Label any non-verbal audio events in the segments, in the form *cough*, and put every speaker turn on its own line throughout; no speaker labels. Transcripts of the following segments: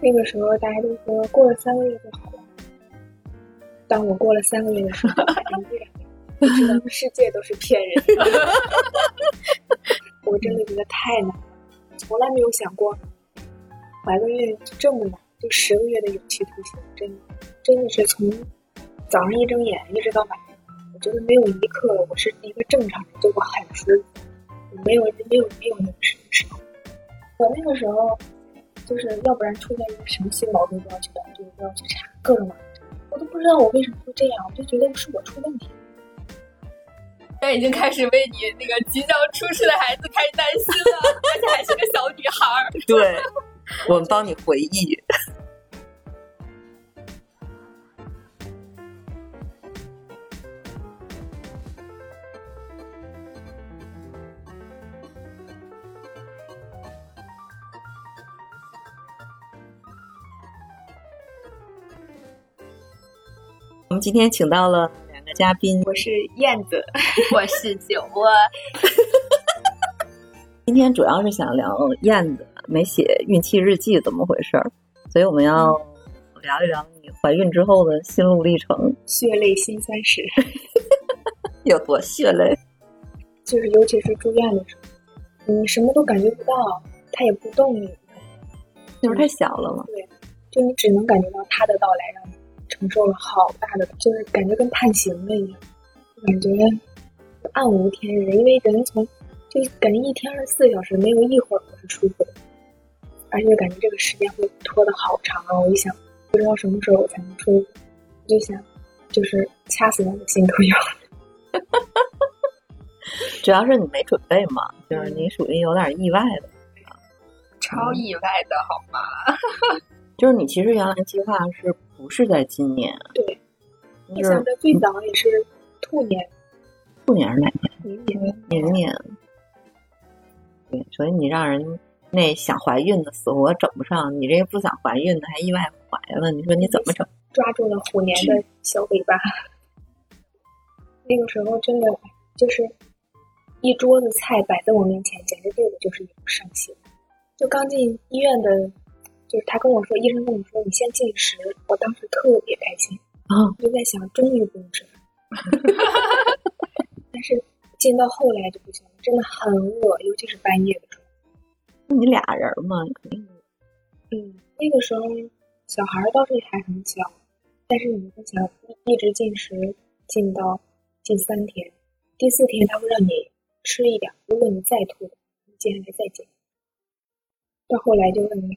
那个时候大家都说过了三个月就好了。当我过了三个月的时候，一个月，我知道世界都是骗人的。 *laughs* 我真的觉得太难了，从来没有想过怀个孕就这么难，就十个月的有期徒刑，真的真的是从早上一睁眼一直到晚上，我觉得没有一刻我是一个正常人，就我很舒服，我没有没有没有那个时候，我那个时候。就是要不然出现一个什么新毛病都要去研究，都要去查各种网站，我都不知道我为什么会这样，我就觉得是我出问题。
但已经开始为你那个即将出世的孩子开始担心了，而且还是个小女孩儿。
对，我们帮你回忆。我们今天请到了两个嘉宾，
我是燕
*laughs*
子，
我是酒窝。
今天主要是想聊燕子没写孕期日记怎么回事儿，所以我们要聊一聊你怀孕之后的心路历程，
血泪辛酸史，
有多血泪。
*laughs* 就是尤其是住院的时候，你什么都感觉不到，他也不动你，
那时候太小了嘛，
对，就你只能感觉到他的到来，让你。承受了好大的，就是感觉跟判刑了一样，感觉暗无天日。因为人从就感觉一天二十四小时，没有一会儿我是舒服的，而且感觉这个时间会拖得好长啊！我一想，不知道什么时候我才能出，我就想，就是掐死我的心都有。
主要是你没准备嘛，就是你属于有点意外的，
超意外的好吗？
就是你其实原来计划是。不是在今年，啊
对，我想的最早也是兔年，
兔年是哪年？
明年，
明年。对，所以你让人那想怀孕的死活整不上，你这不想怀孕的还意外怀了，你说你怎么整？
抓住了虎年的小尾巴。 *laughs* 那个时候真的就是一桌子菜摆在我面前，简直对我就是一种上刑。就刚进医院的。就是他跟我说，医生跟我说你先进食，我当时特别开心
啊，
我就在想终于不用吃饭。 *laughs* 但是进到后来就不行了，真的很饿，尤其是半夜的时
候。你俩人嘛，肯定。
嗯，那个时候小孩倒是还很小，但是你想一一直进食进到近三天，第四天他会让你吃一点，如果你再吐，接下来再减。到后来就问你。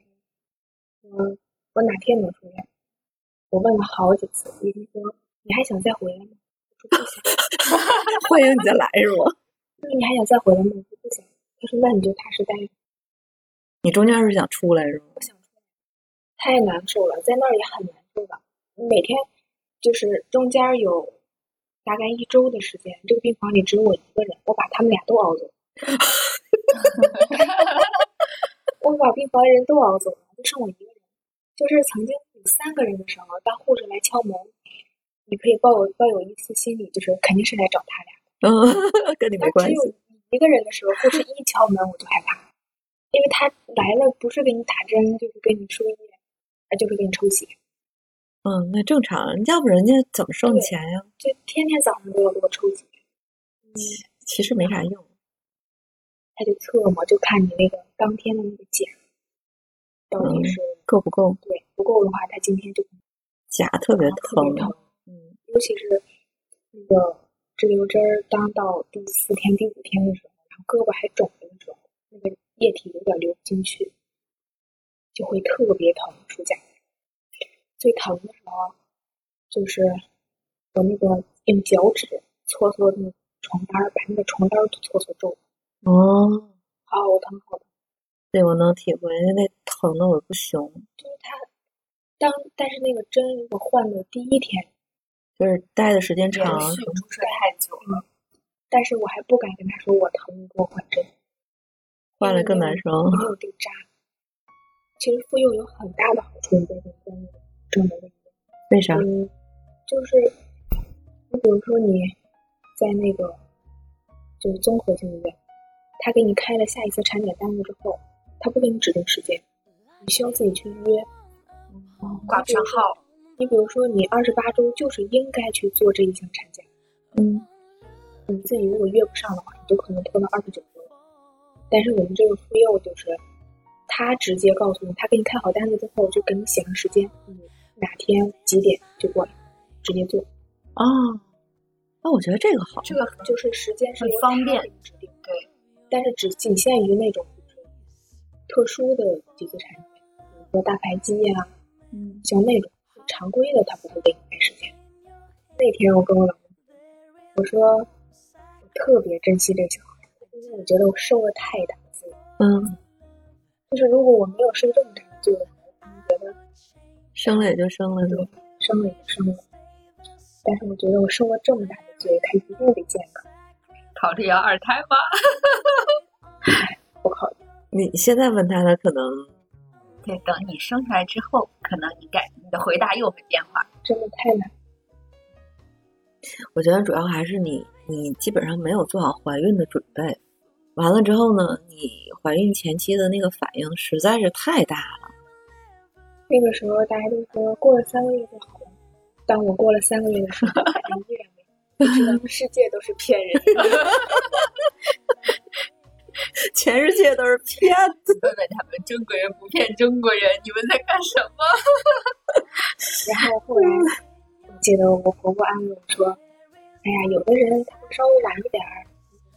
嗯，我哪天能出院？我问了好几次，医生说你还想再回来吗？我说不想。 *laughs*
*laughs* 欢迎你再来是吗？
他说你还想再回来吗？我说不想。他说那你就踏实待着。
你中间是想出来是吗？
我想出来，太难受了，在那儿也很难受的。每天就是中间有大概一周的时间，这个病房里只有我一个人，我把他们俩都熬走。 *laughs* 我把病房的人都熬走了，就剩我一个人。就是曾经有三个人的时候，当护士来敲门，你可以抱有抱有一丝心理，就是肯定是来找他俩。
*laughs* 嗯，跟你没关系。
只有一个人的时候，护士一敲门我就害怕，因为他来了不是给你打针，就是给你输液，就是给你抽血。
嗯，那正常，要不人家怎么挣钱呀、啊？
就天天早上都要给我抽血。
嗯，其实没啥用。
他就测嘛，就看你那个当天的那个钾到底是、
嗯、够不够。
对，不够的话，他今天就
钾啊特别
疼，嗯，尤其是那个滞留针儿当到第四天、第五天的时候，然后胳膊还肿的时候，那个液体有点流不进去，就会特别疼。出钾最疼的时候，就是我那个用脚趾搓搓那个床单儿，把那个床单儿搓搓皱。
哦，
好疼好疼！
对，我能体会，那疼的我不行。
就是他当，但是那个针如果换的第一天，
就是待的时间长，
注射太久了。
但是我还不敢跟他说我疼，你给我换针。
换了更难受。
没有被扎。其实妇幼有很大的好处，在这方面，这么的。
为啥？
嗯，就是你比如说你在那个就是综合性医院。他给你开了下一次产检单子之后，他不给你指定时间，你需要自己去预约。嗯挂不上号。你比如说，你二十八周就是应该去做这一项产检，
嗯
你自己如果越不上的话，你就可能拖到二十九周。但是我们这个妇幼就是，他直接告诉你，他给你开好单子之后，就给你写上时间，你哪天几点就过来，直接做。
哦，那我觉得这个好，
这个就是时间是
很
由
方
他
便
给你制定，对，但是只仅限于那种就是特殊的集资产品，比如说大排畸呀、
嗯
像那种常规的，他不会给你排时间。那天我跟我老公，我说我特别珍惜这个小孩，因为我觉得我受了太大的罪。
嗯，
就是如果我没有受这么大的罪的话，我可能觉得
生了也就生了，
对生了也就生了。但是我觉得我受了这么大的罪，他一定得健康。
考虑要二胎吗？
不考虑，
你现在问他，他可能
对，等你生下来之后，可能你改你的回答又会变化。
真的太难。
我觉得主要还是你，你基本上没有做好怀孕的准备。完了之后呢，你怀孕前期的那个反应实在是太大了。
那个时候大家都说过了三个月就好了，当我过了三个月的时候，我还依然没有，我知道世界都是骗人的。
全世界都是骗子。
问问他们中国人不骗中国人，你们在干什么？
然后后来，我记得我婆婆安慰我说：“哎呀，有的人他稍微懒一点儿，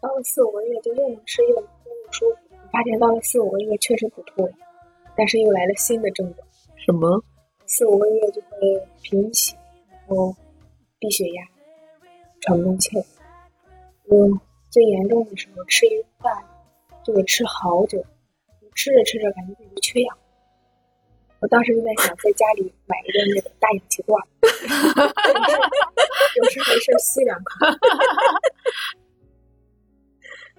到了四五个月就又能吃又能喝又舒服。我发现到了四五个月确实不吐了，但是又来了新的症状，
什么？
四五个月就会贫血，然后低血压，喘不动气儿。嗯，最严重的时候吃一顿饭就得吃好久，吃着吃着感觉自己缺氧。”我当时就在想，在家里买一个那种大氧气罐， *laughs* 有事没事吸两口。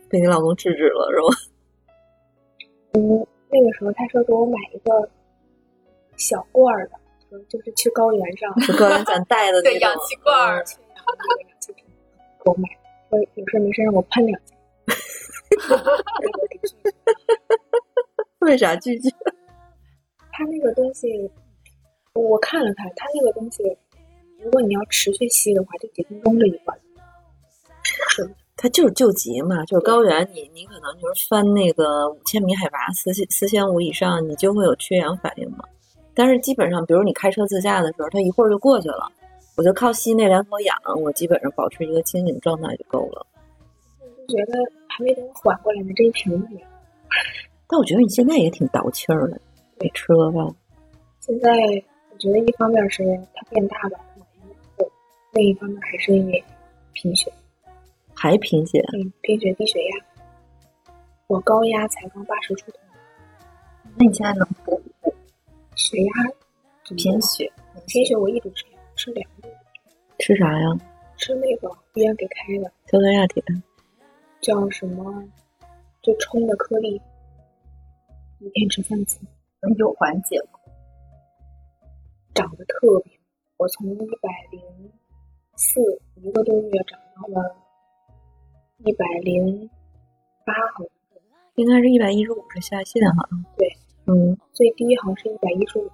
被你老公制止了是吗？
嗯，那个时候他说给我买一个小罐儿的，说就是去高原上
*laughs* 就高原咱带的那
对，
种
氧气罐儿。
缺氧的那个氧气瓶，给我买，说有事没事让我喷两下。那个给拒绝
为啥拒绝？
他那个东西，我看了看，他那个东西，如果你要持续吸的话，就几分钟这一罐儿。
他就是救急嘛，就是高原你，你可能就是翻那个五千米海拔四千四千五以上，你就会有缺氧反应嘛。但是基本上，比如你开车自驾的时候，它一会儿就过去了，我就靠吸那两口氧，我基本上保持一个清醒状态就够了。
就觉得还没等我缓过来呢，这一瓶子没了。
但我觉得你现在也挺倒气儿的，没车吧？
现在我觉得一方面是他变大吧，他马上就会另一方面还是因为贫血，
还贫血，
嗯，贫血低血压。我高压才刚八十出头，
那你现在能补
血压
贫血？
贫血我一直吃，吃两个月，
吃啥呀？
吃那个医院给开的
硝酸亚铁。
叫什么，就冲的颗粒，一天吃三次，
能嗯有缓解吗？
长得特别。我从一百零四一个多月长到了一百零八，好像
应该是一百一十五是下限哈。
对，
嗯，
最低好像是一百一十五，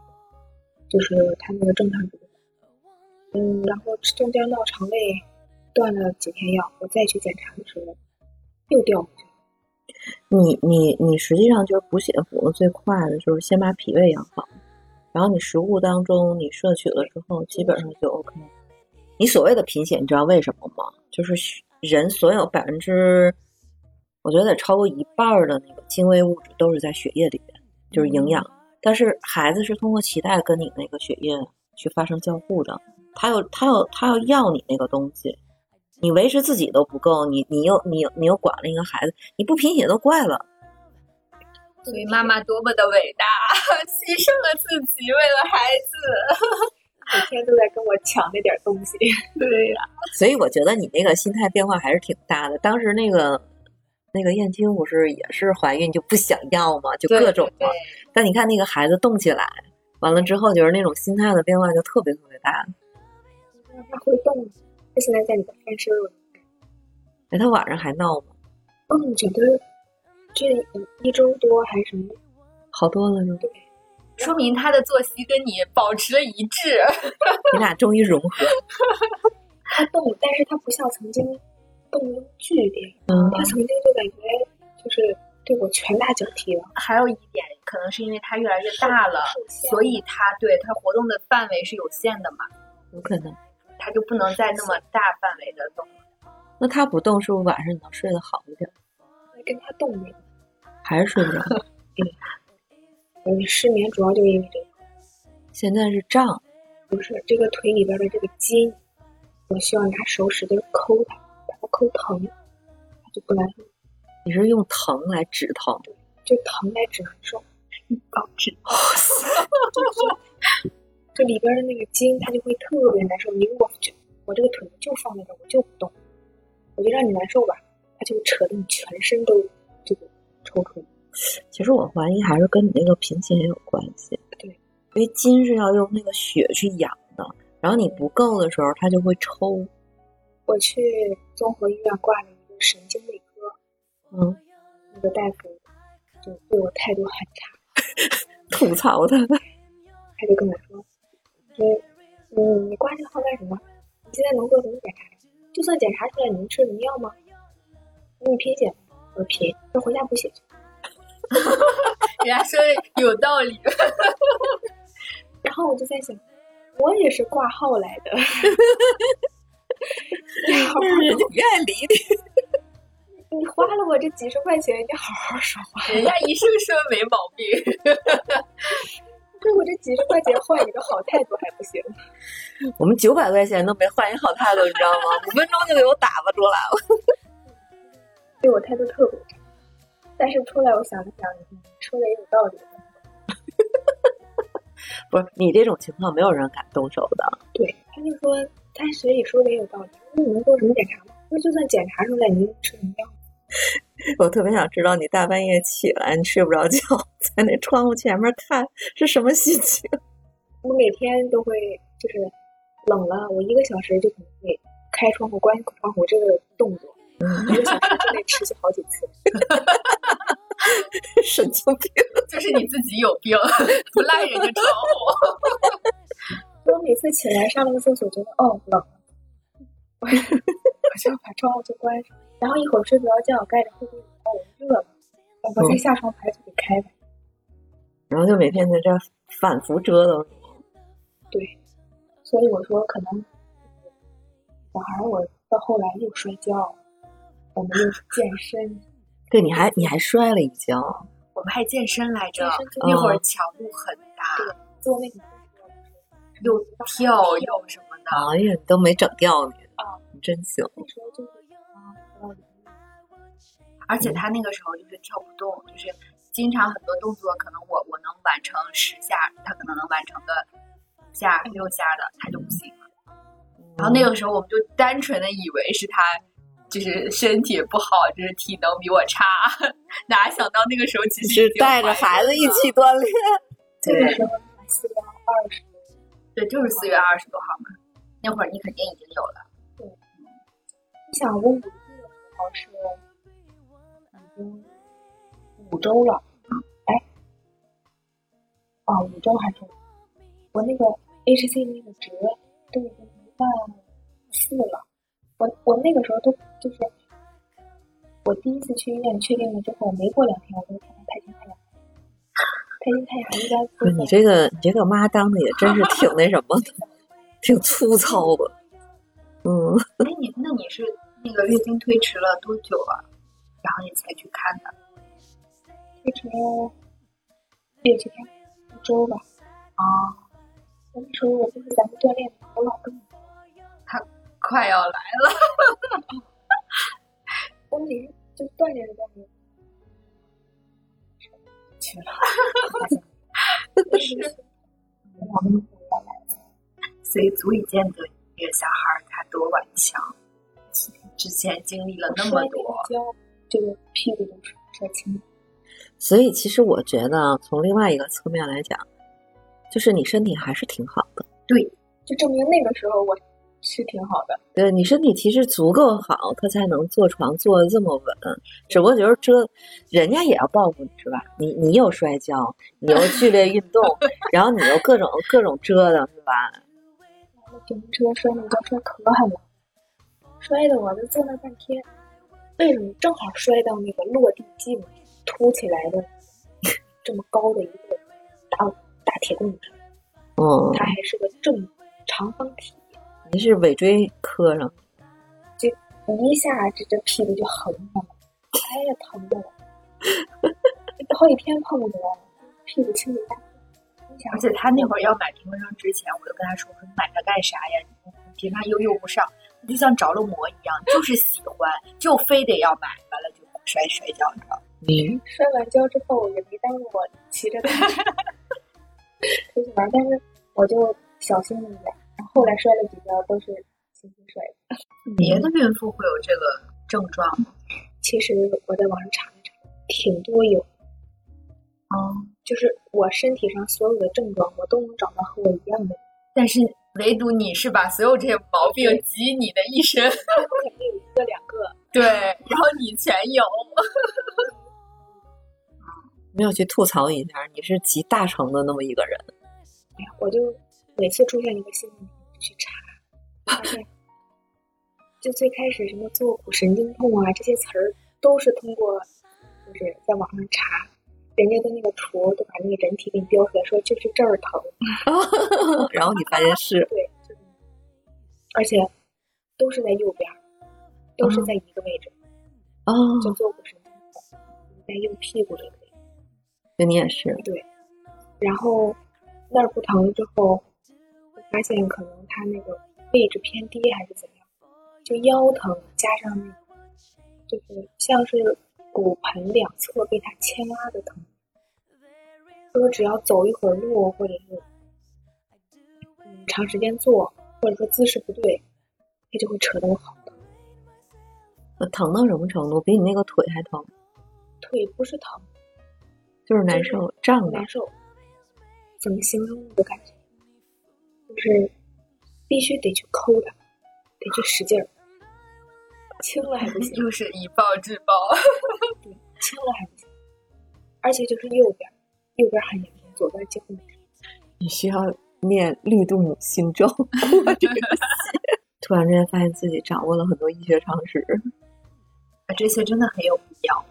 就是他那个正常值。嗯，然后中间闹肠胃断了几天药，我再去检查的时候又掉回去了。
你你你实际上就是补血补的最快的，就是先把脾胃养好，然后你食物当中你摄取了之后，基本上就 OK。你所谓的贫血，你知道为什么吗？就是血人所有百分之，我觉得得超过一半儿的那个精微物质都是在血液里边，就是营养。但是孩子是通过脐带跟你那个血液去发生交互的，他要他要他要要你那个东西，你维持自己都不够，你你又你又你又管了一个孩子，你不贫血都怪了。
所以妈妈多么的伟大， *laughs* 牺牲了自己为了孩子。
每天都在跟我抢那点东西，
对啊呀、
所以我觉得你那个心态变化还是挺大的。当时那个那个燕青不是也是怀孕就不想要嘛，就各种
对。
嘛但你看那个孩子动起来，完了之后就是那种心态的变化就特别特别大。
他会动，他现在在里边翻身了。
哎，他晚上还闹吗？
嗯，我觉得这一一周多还是什么
好多了是吗？
对，
说明他的作息跟你保持了一致。
你俩终于融合。
他动，但是他不像曾经动得剧烈，
嗯
他曾经就感觉就是对我拳打脚踢了，
还有一点，可能是因为他越来越大了，
受限
所以他对他活动的范围是有限的嘛，
有可能。
他就不能再那么大范围的动。
那他不动，是不是晚上你能睡得好一点？
跟他动没有。
还是睡不
*laughs*
着？
我的呃失眠主要就是因为这个，
现在是胀，
不是这个腿里边的这个筋，我需要拿手指头抠它，把它抠疼，它就不难受，
你是用疼来止疼，
就疼来只难受，
高质，
*laughs* 这里边的那个筋它就会特别难受。你如果就我这个腿就放在这儿，我就不动，我就让你难受吧，它就扯得你全身都这个抽搐。
其实我怀疑还是跟你那个贫血也有关系。
对，
因为筋是要用那个血去养的，然后你不够的时候，它就会抽。
我去综合医院挂了一个神经内科，
嗯，
那个大夫就对我态度很差。
*laughs* 吐槽他。
他就跟我说：“说，嗯，你挂这个号干什么？你现在能做什么检查呀？就算检查出来，你能吃农药吗？你贫血吗？”我说贫，那回家补血去。
人家说的有道理。 *laughs*
然后我就在想，我也是挂号来的，你好好
人家不愿意理你。
你花了我这几十块钱，你好好说话。
人家医生说没毛病， *laughs*
对我这几十块钱换你个好态度还不行？
我们九百块钱都没换一好态度，你知道吗？五分钟就给我打发出来了。
对我态度特别差。但是出来我想了想，嗯说的也有道理。
不是你这种情况，没有人敢动手的。
对，他就说他学理说的也有道理。那你能做什么检查吗？那就算检查出来，你能吃什么药？
我特别想知道你大半夜起来，你睡不着觉，在那窗户前面看是什么心情。
我每天都会就是冷了，我一个小时就可能会开窗户、关窗户这个动作，一个小时之内持续好几次。
神经病。
就是你自己有病， *laughs* 不赖人家窗户。
所以我每次起来上了个厕所，觉得哦冷了，我 *laughs* 我就把窗户就关上，然后一会儿睡不着觉，盖着被子，哦我热了，我再下床还是得开吧。
然后就每天在这儿反复折腾。
对，所以我说可能小孩儿我到后来又摔跤，我们又健身，
对，你还你还摔了一跤，
我们还健身来着
健身，就
那
是
会儿强度很大，
做那种
又跳又什么的。
哎呀，你都没整掉你
啊，
你真行。
那时候就是啊，我
而
嗯
且他那个时候就是跳不动，就是经常很多动作，可能我我能完成十下，他可能能完成个五下六下的，他就不行了。然
哦
后那个时候我们就单纯的以为是他就是身体不好，就是体能比我差， *laughs* 哪想到那个时候其实
是
已经
带
怀
着
孕
孩子一
了
起锻炼。
这个时候四幺二十，
对，就是四月二十多号嘛，那会儿你肯定已经有了，
你想我五岁的时候是已经五周了，哎，啊五周还是我那个 HC 那个值都已经一万四了，我我那个时候都就是我第一次去医院确定了之后，没过两天我就看到胎心太阳，胎心太阳应该
不是
是
你这个你这个妈当的也真是挺那什么的，挺粗糙的。嗯，
哎，你那你是那个月经推迟了多久啊？然后你才去看的？
推迟六七天，一周吧。
哦，
我那时候我就是咱们锻炼，我老跟你说，
快要来了，
我每天就锻炼着锻炼。去了，我们
*laughs* 所以足以见得一个小孩儿他多顽强，之前经历了那么多，
跤，这个屁股都是摔青了。
所以其实我觉得啊从另外一个侧面来讲，就是你身体还是挺好的。
就证明那个时候我是挺好的。
对你身体其实足够好，他才能坐床坐的这么稳。只不过就是这，人家也要报复你是吧？你你又摔跤，你又剧烈运动， *laughs* 然后你又各种各种折腾是吧？
那自行车摔那跤摔可狠了，摔的我都坐那半天。为什么正好摔到那个落地镜凸起来的这么高的一个大大铁棍子上？
嗯，
它还是个正长方体，
你是尾椎磕上，
一下这这屁股就横上了，哎呀疼的我，好几天碰不得，屁股青一大。你想
而 *laughs* 且他那会儿要买评论章之前，我就跟他说：“我说你买它干啥呀？你平常又用不上，你就像着了魔一样，就是喜欢，就非得要买，完了就摔摔跤，你知道吗？
嗯，
摔完跤之后也没耽误我骑着它出去玩，但是我就小心了一点。然后后来摔了几跤都是轻轻摔的。
别的孕妇会有这个症状吗？
*laughs* 其实我在网上查了查，挺多有，
嗯，
就是我身体上所有的症状，我都能找到和我一样的。 *laughs*
但是唯独你是把所有这些毛病集你的一身， *laughs*
肯定有一个两个，
对，然后你全有。
没有去吐槽一下，你是集大成的那么一 *laughs* 个人。
哎呀，我就每次出现一个新问题，我就去查，发现就最开始什么坐骨神经痛啊这些词儿，都是通过就是在网上查，人家的那个图都把那个人体给你标出来，说就是这儿疼，
然后你发现是，
对，就是，而且都是在右边儿，都是在一个位置，
哦，
就坐骨神经痛，在右屁股这个位置，
对你也是，
对，然后那儿不疼之后，就发现可能它那个位置偏低还是怎样，就腰疼加上那个，就是像是骨盆两侧被它牵拉的疼，就是只要走一会儿路或者是嗯长时间坐，或者说姿势不对，它就会扯得我好疼，
呃疼到什么程度？比你那个腿还疼，
腿不是疼
就是难受胀啊的
难。受，怎么形容那个感觉？就是必须得去抠它，得去使劲儿，轻了还不行，
又是以暴制暴，
轻了还不行，而且就是右边儿，右边儿很严重，左边儿几乎没事。
你需要念绿度母心咒过这个戏。 *laughs* 突然之间发现自己掌握了很多医学常 *laughs* 识，
啊这些真的很有必要，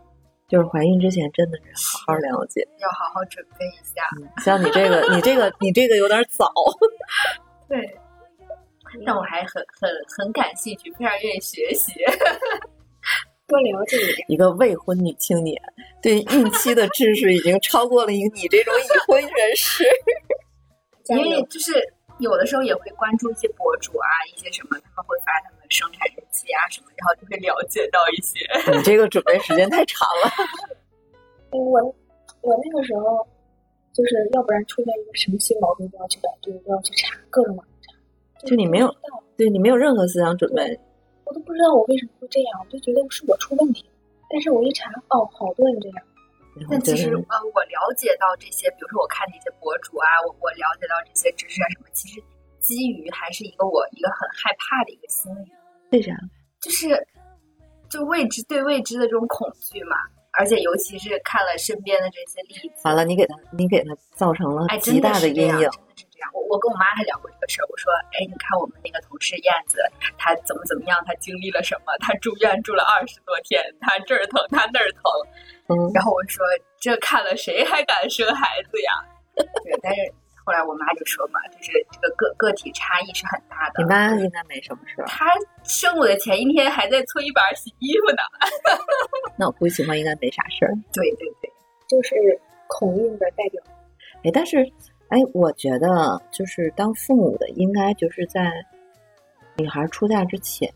就是怀孕之前真的是好好了解。
要好好准备一下。
像你这个，你这个，你这个有点早。
对，但我还很很很感兴趣，非常愿意学 *laughs* 习。
多了解一点，
一个未婚女青年对孕期的知识已经超过了你这种已婚人士。
加
因为
油！
就是有的时候也会关注一些博主啊，一些什么他们会发他们生产日期啊什么，然后就会了解到一些。
你这个准备时间太长了。
我我那个时候就是要不然出现一个什么新毛病都要去百度，都要去查各种网上查，
就你没有
不知道
对你没有任何思想准备，
我都不知道我为什么会这样，我就觉得是我出问题了。但是我一查，哦，好多人这样，
我
但
觉
其实
得
呃，我了解到这些，比如说我看那些博主啊，我我了解到这些知识啊什么，其实基于还是一个我一个很害怕的一个心理，
为啥？
就是就未知对未知的这种恐惧嘛。而且尤其是看了身边的这些例子，
完了，你给他，你给他造成了
哎，真
极大
是这
阴
样，
影。
真的是这样。我我跟我妈还聊过这个事儿，我说，哎，你看我们那个同事燕子，她怎么怎么样，她经历了什么？她住院住了二十多天，她这儿疼，她那儿疼。
嗯，
然后我说，这看了谁还敢生孩子呀？ *laughs* 对，但是后来我妈就说嘛，就是这个个个体差异是很大
你
的。
妈应该没什么事儿，
她生我的前一天还在搓衣板洗衣服呢。
那我估计情况应该没啥事儿。
对对对，
就是恐孕的代表。
哎，但是，哎，我觉得就是当父母的，应该就是在女孩出嫁之前，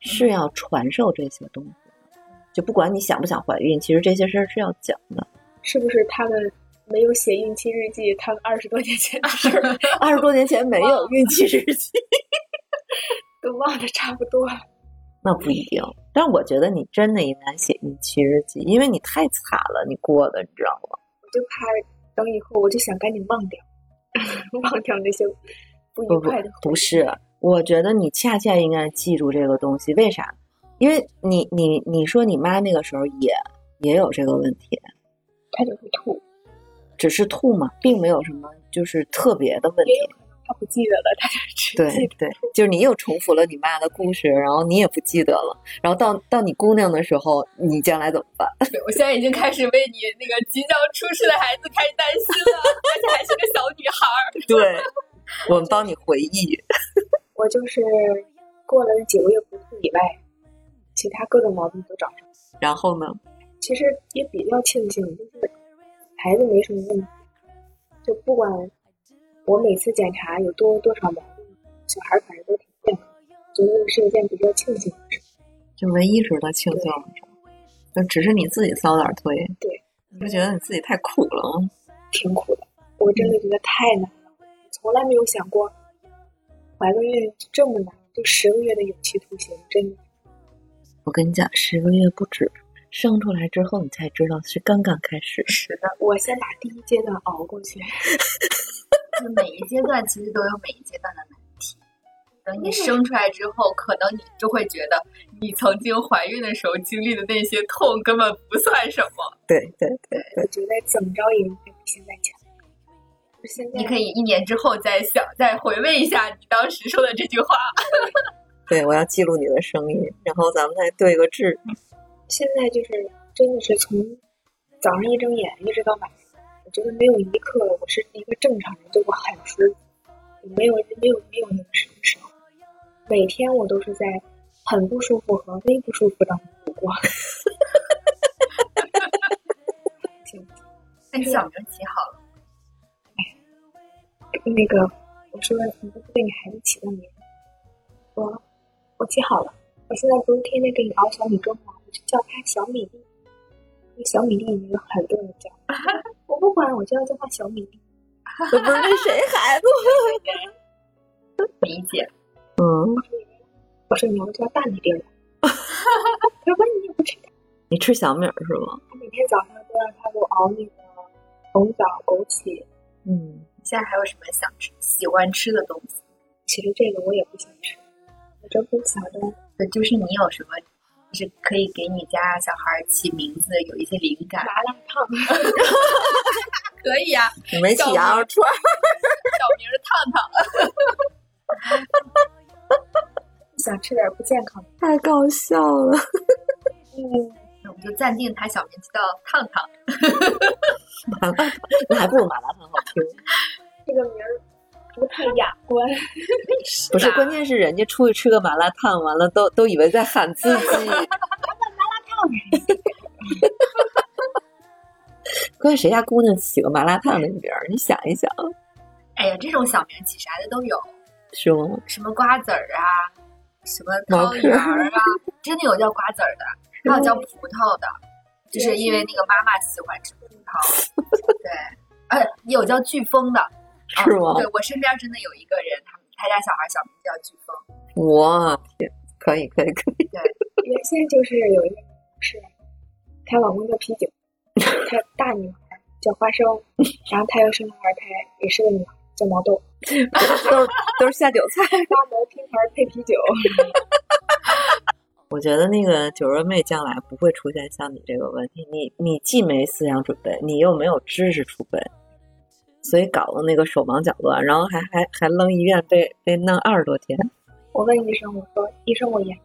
是要传授这些东西的。就不管你想不想怀孕，其实这些事儿是要讲 *laughs* 的。
是不是他们没有写孕期日记，他们二十多年前 *laughs* 的事儿
二十多年前没有孕期日 *laughs* 记，
都忘得差不多了？
那不一定。但我觉得你真的应该写孕期日记，因为你太惨了，你过的，你知道吗？
我就怕等 *laughs* 以后，我就想赶紧忘掉，忘掉那些不
不
愉
不
快的，
不是，我觉得你恰恰应该记住这个东西，为啥？因为你你你说你妈那个时候也也有这个问题，
他就会吐，
只是吐嘛，并没有什么就是特别的问题
也。有可能他不记得了，他就只
对
记得
对，就是你又重复了你妈的故事，然后你也不记得了，然后到到你姑娘的时候，你将来怎么办？ *laughs*
对我现在已经开始为你那个即将出世的孩子开始担心了，而且还是个小女孩儿。
对，我们帮你回忆。
我就是过了几个月不吐以外，其他各种毛病都找上。
然后呢？
其实也比较庆幸，就是孩子没什么问题，就不管我每次检查有多多少毛病，小孩儿反正都挺健康，觉得是一件比较庆幸的事。
就唯一值得庆幸的事儿，就只是你自己遭点儿罪。
对，
你不觉得你自己太苦了啊吗？
挺苦的，我真的觉得太难了，从来没有想过怀个孕这么难，就十个月的有期徒刑，真的。
我跟你讲，十个月不止，生出来之后你才知道是刚刚开始。
是的，我先把第一阶段熬过去，
就每一阶段其实都有每一阶段的难题。等你生出来之后，可能你就会觉得你曾经怀孕的时候经历的那些痛根本不算什么。
对对对
我觉得怎么着也应该比现在强。就现在
你可以一年之后再想，再回味一下你当时说的这句话。
对，我要记录你的声音，然后咱们再对个质。
现在就是真的是从早上一睁眼一直到晚上，我觉得没有一刻我是一个正常人，对我很舒服，没有没有没有那个什么时候，每天我都是在很不舒服和微不舒服当中度过。 *laughs* 行
那你小名起好了，
那个我说你不是给你孩子起个名，我我记好了，我现在不是天天给你熬小米粥吗？我就叫他小米粒，因为小米粒已经有很多人叫了， *laughs* 我不管，我就要叫他小米粒。
*laughs* 这不是那谁孩子 *laughs*
理解。
吗？嗯，
我说你要不叫大米粒儿 *laughs* 吧，他说你也不吃大，
你吃小米儿是吗？
他每天早上都让他给我熬那个红枣枸杞，
嗯，
你现在还有什么想吃、喜欢吃的东西？
其实这个我也不想吃，我这不想着
对，就是你有什么，就是可以给你家小孩起名字有一些灵感。
麻辣烫，
可以啊，
你没起
小米
羊肉串儿，
小名儿烫烫。
想吃点不健康的。
太搞笑了。
嗯，
那我们就暂定他小名字叫烫烫。
麻辣烫，那还不如麻辣烫好听。
这个名儿不太雅观。
不 *laughs* 是，关键是人家出去吃个麻辣烫，完了都都以为在喊自 *laughs* 己。关键谁家姑娘起个麻辣烫那名儿？你想一想，
哎呀，这种小名起啥的都有，
是吗？
什么瓜子儿啊，什么
毛
汤
嗑
圆儿啊，真的有叫瓜子儿
*laughs*
的，还有叫葡萄的，就是因为那个妈妈喜欢吃葡萄。
*laughs*
对，呃，也有叫飓风的，
是吗
啊？对我身边真的有一个人，他们他家小孩小名叫飓风。
我天，可以可以可以，
原先就是有一个同事，她老公叫啤酒，她大女孩叫花生，然后她又生了二胎，也是个女孩叫毛豆，
都是都是下酒菜。
花毛拼盘配啤酒，
我觉得那个九儿妹将来不会出现像你这个问题，你你既没思想准备，你又没有知识储备，所以搞得那个手忙脚乱，然后还还还扔医院被被弄二十多天。
*laughs* 我问医生，我说医生我严，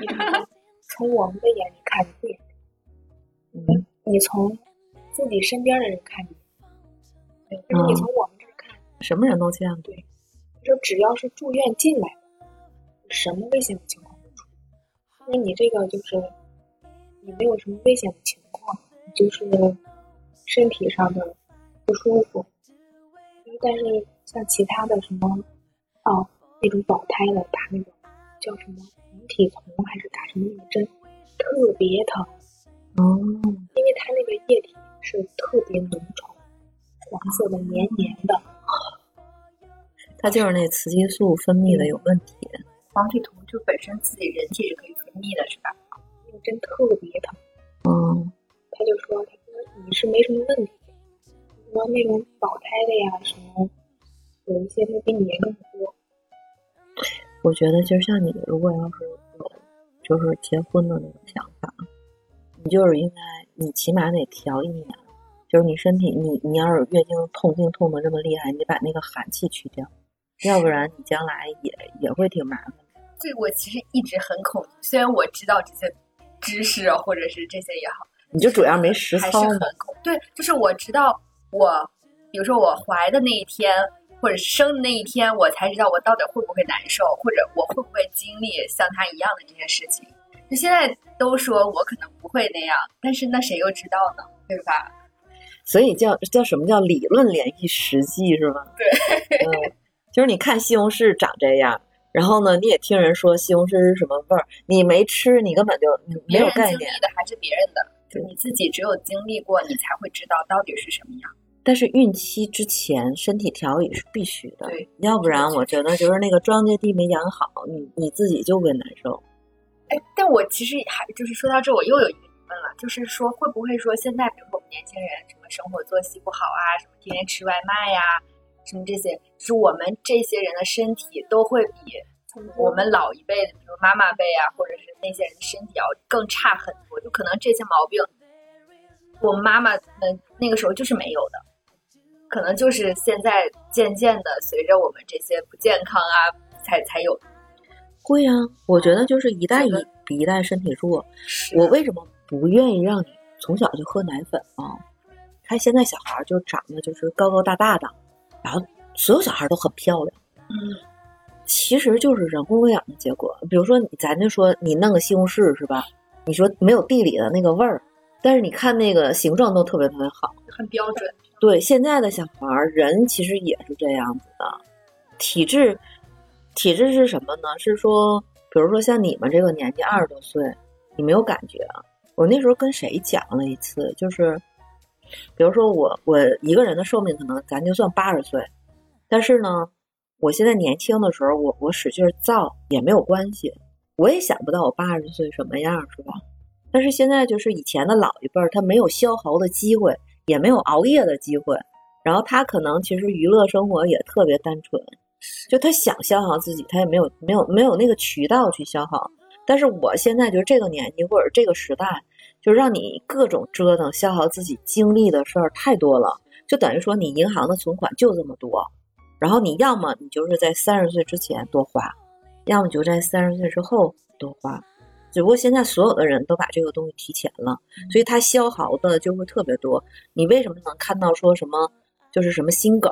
医生说从我们的眼里看你不严，
嗯，
你从自己身边的人看你，对但是你从我们这儿看，
什么人都见过。
就说只要是住院进来的，什么危险的情况都出。那你这个就是你没有什么危险的情况，你就是身体上的不舒服。但是像其他的什么啊那种保胎的打那种叫什么母体酮还是打什么那个针，特别疼，
哦，
因为它那个液体是特别浓稠，黄色的黏黏的。
它就是那雌激素分泌的有问题。
黄体酮就本身自己人体是可以分泌的，是吧？
那个针特别疼。
嗯，
他就说：“他说你是没什么问题，说那种保胎的呀什么，有一些他比你严重的多。
我觉得就像你，如果要是有就是结婚的那种想法，啊你就是应该，你起码得调一年，就是你身体，你你要是月经痛经痛的这么厉害，你得把那个寒气去掉，要不然你将来也也会挺麻烦的。
这个我其实一直很恐惧，虽然我知道这些知识啊或者是这些也好，
你就主要没实
还是
操
很
嘛，
恐对，就是我知道我，比如说我怀的那一天或者生的那一天，我才知道我到底会不会难受，或者我会不会经历像他一样的这些事情。就现在都说我可能不会那样，但是那谁又知道呢？对吧？
所以叫叫什么叫理论联系实际是吗？对，嗯，就是你看西红柿长这样，然后呢，你也听人说西红柿是什么味儿，你没吃，你根本就你没
别
有
人
概
经历
念。
的还是别人的，就
对
你自己只有经历过，你才会知道到底是什么样。
但是孕期之前身体调理是必须的
对，
要不然我觉得就是那个庄稼地没养好，你你自己就会难受。
哎，但我其实还就是说到这，我又有一个疑问了，就是说会不会说现在，比如说我们年轻人什么生活作息不好啊，什么天天吃外卖呀、什么这些，就是我们这些人的身体都会比我们老一辈的，比如妈妈辈啊，或者是那些人的身体要更差很多，就可能这些毛病，我妈妈们那个时候就是没有的。可能就是现在渐渐的，随着我们这些不健康啊，才才有的。
会啊嗯呀、我觉得就是一代
这
一
个
比一代身体弱。我为什么不愿意让你从小就喝奶粉啊？看现在小孩儿就长得就是高高大大的，然后所有小孩儿都很漂亮，
嗯，
其实就是人工喂养的结果。比如说你，咱就说你弄个西红柿是吧？你说没有地里的那个味儿，但是你看那个形状都特别特别好。
很标准。
对现在的小孩儿，人其实也是这样子的。体质，体质是什么呢？是说，比如说像你们这个年纪，二十多岁，你没有感觉。啊我那时候跟谁讲了一次，就是，比如说我我一个人的寿命可能咱就算八十岁，但是呢，我现在年轻的时候，我我使劲儿造也没有关系，我也想不到我八十岁什么样儿，是吧？但是现在就是以前的老一辈儿，他没有消耗的机会，也没有熬夜的机会，然后他可能其实娱乐生活也特别单纯，就他想消耗自己，他也没有没有没有那个渠道去消耗。但是我现在就是这个年纪或者这个时代，就让你各种折腾、消耗自己精力的事儿太多了，就等于说你银行的存款就这么多，然后你要么你就是在三十岁之前多花，要么就在三十岁之后多花。只不过现在所有的人都把这个东西提前了，所以它消耗的就会特别多。你为什么能看到说什么就是什么心梗、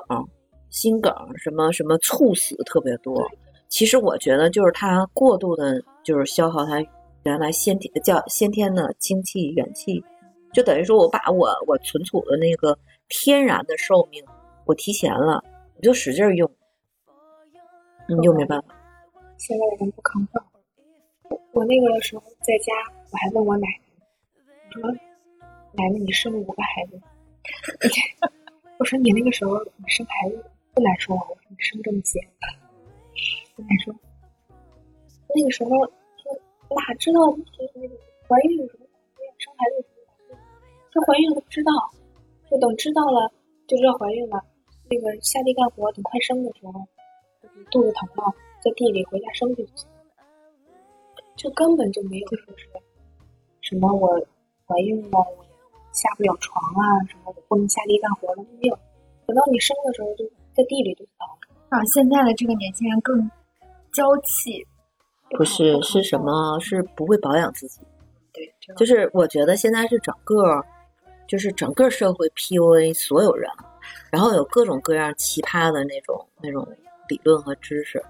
心梗什么什么猝死特别多？其实我觉得就是它过度的，就是消耗它原来先天叫先天的精气元气，就等于说我把我我存储的那个天然的寿命我提前了，我就使劲儿用，嗯，又没办法。
现在的人不抗造。我那个时候在家，我还问我奶奶，我说：“奶奶，你生了五个孩子。” *laughs* 我说：“你那个时候你生孩子不难受啊？”我说：“你生这么些。”我奶说：“那个时候说哪知道就是那个怀孕有什么苦呀，生孩子有什么苦呀？这怀孕了都不知道，就等知道了就知道怀孕了。那个下地干活，等快生的时候，就是肚子疼了。”在地里回家生就行，就根本就没有说是什么我怀孕了，我下不了床啊，什么我不能下地干活了，没有。等到你生的时候，就在地里就倒了。
啊，现在的这个年轻人更娇气，
不是是什么？是不会保养自己。
对，真的
就是我觉得现在是整个，就是整个社会 PUA 所有人，然后有各种各样奇葩的那种那种理论和知识，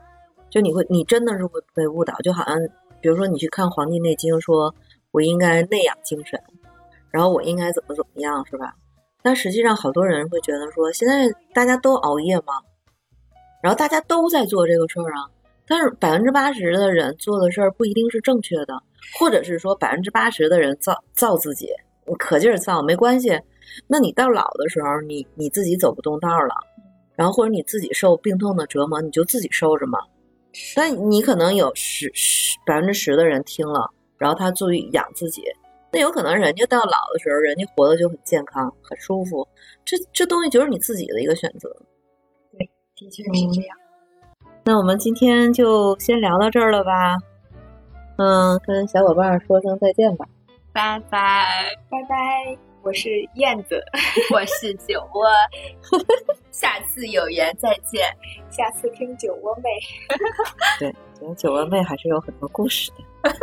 就你会你真的是会被误导，就好像比如说你去看《黄帝内经》，说我应该内养精神，然后我应该怎么怎么样，是吧？但实际上，好多人会觉得说，现在大家都熬夜吗？然后大家都在做这个事儿啊，但是百分之八十的人做的事儿不一定是正确的，或者是说百分之八十的人造造自己，我可劲儿造没关系。那你到老的时候，你你自己走不动道儿了，然后或者你自己受病痛的折磨，你就自己受着嘛。但你可能有十十百分之十的人听了，然后他注意养自己，那有可能人家到老的时候，人家活得就很健康、很舒服。这这东西就是你自己的一个选择。
的确是这样。
那我们今天就先聊到这儿了吧？嗯，跟小伙伴儿说声再见吧。
拜拜，
拜拜，我是燕子，
我是酒窝， *laughs* 下次有缘再见。
下次听酒窝妹。
对，觉得九纹妹还是有很多故事的。